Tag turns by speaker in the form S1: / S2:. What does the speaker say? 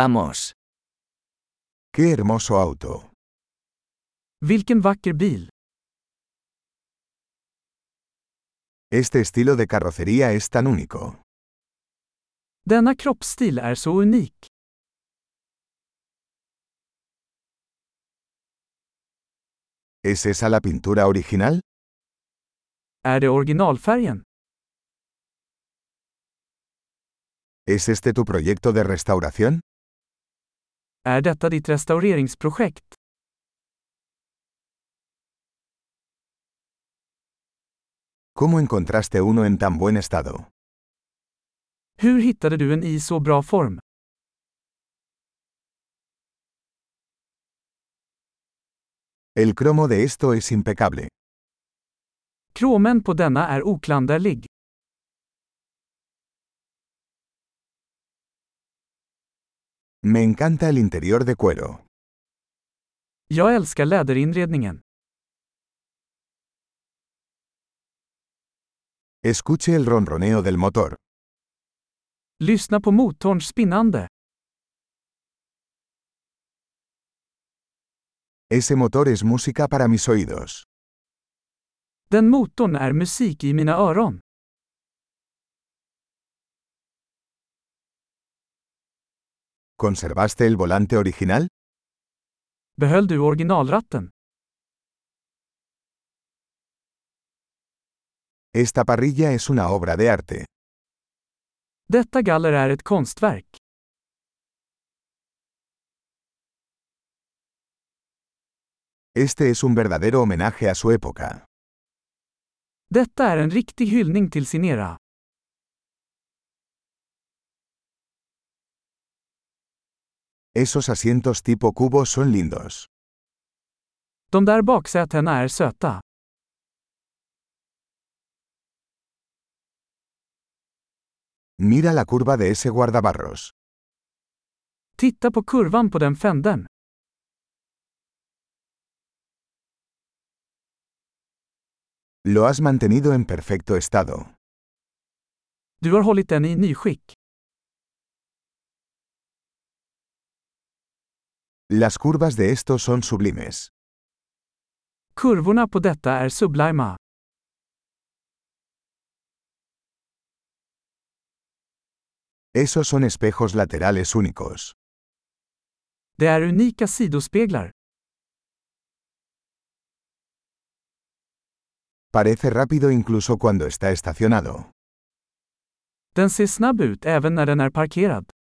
S1: Vamos.
S2: ¡Qué hermoso auto!
S3: Vilken vacker bil!
S2: Este estilo de carrocería es tan único.
S3: Denna kroppsstil är så unik.
S2: ¿Es esa la pintura original?
S3: Är det originalfärgen?
S2: ¿Es este tu proyecto de restauración?
S3: Är detta ditt restaureringsprojekt?
S2: ¿Cómo encontraste uno en tan buen estado?
S3: Hur hittade du en i så bra form?
S2: El cromo de esto es impecable.
S3: Kromen på denna är oklanderlig.
S2: Me encanta el interior de cuero.
S3: Jag älskar läderinredningen.
S2: Escuche el ronroneo del motor.
S3: Lyssna på motorns spinnande.
S2: Ese motor es música para mis oídos.
S3: Den motorn är musik i mina öron.
S2: ¿Conservaste el volante original?
S3: Behöll du originalratten?
S2: Esta parrilla es una obra de arte.
S3: Detta galler är ett konstverk.
S2: Este es un verdadero homenaje a su época.
S3: Detta är en riktig hyllning till sin era.
S2: Esos asientos tipo cubo son lindos.
S3: De där baksätena är söta.
S2: Mira la curva de ese guardabarros.
S3: Titta på kurvan på den fänden.
S2: Lo has mantenido en perfecto estado.
S3: Du har hållit den i nyskick.
S2: Las curvas de estos son sublimes.
S3: Kurvorna på detta är sublima.
S2: Esos son espejos laterales únicos.
S3: Det är unika sidospeglar.
S2: Parece rápido incluso cuando está estacionado.
S3: Den ser snabb ut även när den är parkerad.